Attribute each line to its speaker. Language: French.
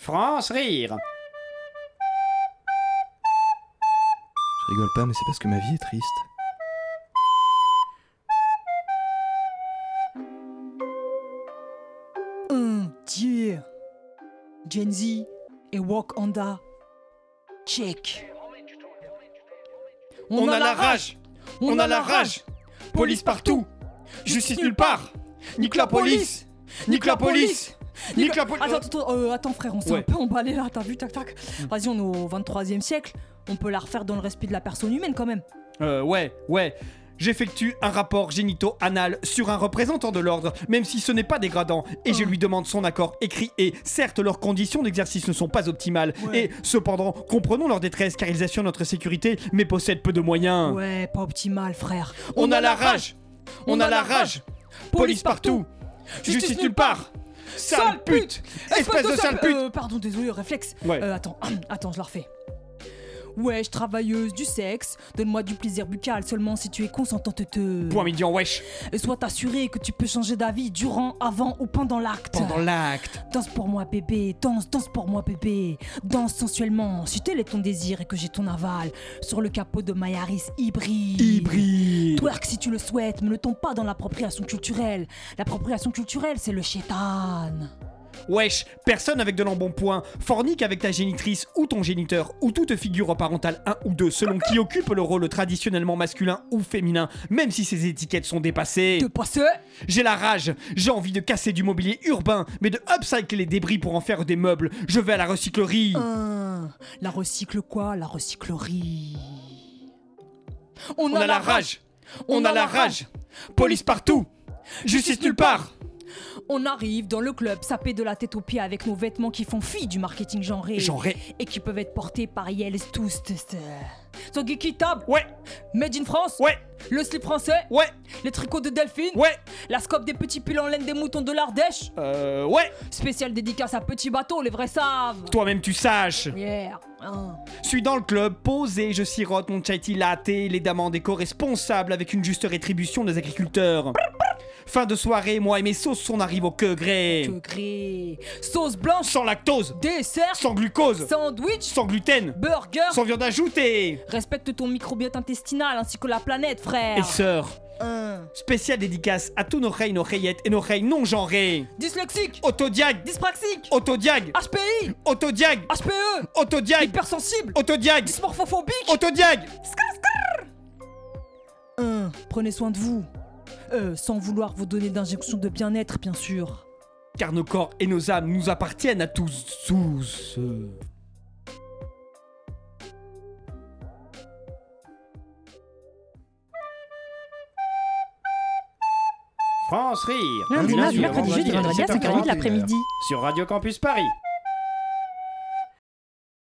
Speaker 1: France rire.
Speaker 2: Je rigole pas, mais c'est parce que ma vie est triste.
Speaker 3: Un Dieu. Gen Z et Walk Honda. Check.
Speaker 4: On, a, la rage, on, a, la rage. Police partout, justice nulle part. Nique la police, nique la police, nique la police.
Speaker 3: Attends, attends, euh, attends, frère, on s'est
Speaker 4: Ouais. Mm.
Speaker 3: un peu emballé là, t'as vu, tac tac. Vas-y, on est au 23e siècle, on peut la refaire dans le respect de la personne humaine quand même.
Speaker 4: Euh, ouais, ouais. J'effectue un rapport génito-anal sur un représentant de l'ordre, même si ce n'est pas dégradant, et je
Speaker 3: Oh.
Speaker 4: lui demande son accord écrit. Et certes, leurs conditions d'exercice ne sont pas optimales,
Speaker 3: Ouais.
Speaker 4: et cependant, comprenons leur détresse car ils assurent notre sécurité, mais possèdent peu de moyens.
Speaker 3: Ouais, pas optimal, frère.
Speaker 4: Ah. On, a la rage, on a la rage, police
Speaker 3: Police
Speaker 4: partout, justice nulle part, sale
Speaker 3: Sale
Speaker 4: pute, espèce de sale pute.
Speaker 3: Euh, pardon, désolé, réflexe.
Speaker 4: Ouais.
Speaker 3: Euh, attends, attends, je la refais. Wesh, travailleuse du sexe, donne-moi du plaisir buccal seulement si tu es consentante. Te...
Speaker 4: Point médian, wesh,
Speaker 3: Sois t'assuré que tu peux changer d'avis durant, avant ou pendant l'acte.
Speaker 4: pendant l'acte.
Speaker 3: Danse pour moi bébé, danse, danse pour moi bébé. Danse sensuellement, si tel est ton désir et que j'ai ton aval, sur le capot de my Yaris hybride.
Speaker 4: Hybride.
Speaker 3: Twerk si tu le souhaites, mais ne tombe pas dans l'appropriation culturelle. L'appropriation culturelle, c'est le chétan.
Speaker 4: Wesh, personne avec de l'embonpoint, fornique avec ta génitrice ou ton géniteur ou toute figure parentale 1 ou 2 selon qui occupe le rôle traditionnellement masculin ou féminin, même si ces étiquettes sont dépassées.
Speaker 3: Te passe
Speaker 4: J'ai la rage, j'ai envie de casser du mobilier urbain, mais de upcycler les débris pour en faire des meubles. Je vais à la recyclerie.
Speaker 3: Hein, La recycle quoi La recyclerie.
Speaker 4: On a la rage, on a la rage, police partout, justice nulle part.
Speaker 3: On arrive dans le club, sapé de la tête aux pieds avec nos vêtements qui font fi du marketing genré.
Speaker 4: Genré.
Speaker 3: Et qui peuvent être portés par Yels tous. Sont équitables.
Speaker 4: Ouais,
Speaker 3: Made in France.
Speaker 4: ouais,
Speaker 3: Le slip français.
Speaker 4: ouais,
Speaker 3: Les tricots de Delphine.
Speaker 4: ouais,
Speaker 3: La scope des petits pulls en laine des moutons de l'Ardèche.
Speaker 4: euh, ouais.
Speaker 3: Spécial dédicace à Petit Bateau, les vrais savent.
Speaker 4: Toi-même tu saches.
Speaker 3: Yeah. hein.
Speaker 4: suis dans le club, posé, je sirote mon chai tea latte, les dames en déco responsables avec une juste rétribution des agriculteurs. Fin de soirée, moi et mes sauces, on arrive au que gré.
Speaker 3: Que gré. Sauce blanche.
Speaker 4: Sans lactose,
Speaker 3: Dessert.
Speaker 4: sans glucose,
Speaker 3: Sandwich.
Speaker 4: sans gluten,
Speaker 3: Burger.
Speaker 4: sans viande ajoutée.
Speaker 3: Respecte ton microbiote intestinal ainsi que la planète, frère.
Speaker 4: Et sœur,
Speaker 3: Hein.
Speaker 4: spéciale dédicace à tous nos reilles, nos rayettes et nos reilles non genrées.
Speaker 3: Dyslexique.
Speaker 4: Autodiag,
Speaker 3: Dyspraxique.
Speaker 4: autodiag,
Speaker 3: HPI.
Speaker 4: autodiag,
Speaker 3: HPE.
Speaker 4: autodiag,
Speaker 3: E. Hypersensible.
Speaker 4: autodiag,
Speaker 3: Dysmorphophobique.
Speaker 4: autodiag.
Speaker 3: Hein, Prenez soin de vous. Euh, sans vouloir vous donner d'injection de bien-être, bien sûr.
Speaker 4: Car nos corps et nos âmes nous appartiennent à tous. tous. euh.
Speaker 1: France rire.
Speaker 2: Lundi,
Speaker 1: Du
Speaker 2: mardi,
Speaker 1: au
Speaker 2: mercredi, jeudi,
Speaker 1: vendredi à
Speaker 2: vendredi à
Speaker 1: 17h40,
Speaker 4: Ah, hein.
Speaker 2: 5h40 de l'après-midi.
Speaker 1: Sur Radio Campus Paris.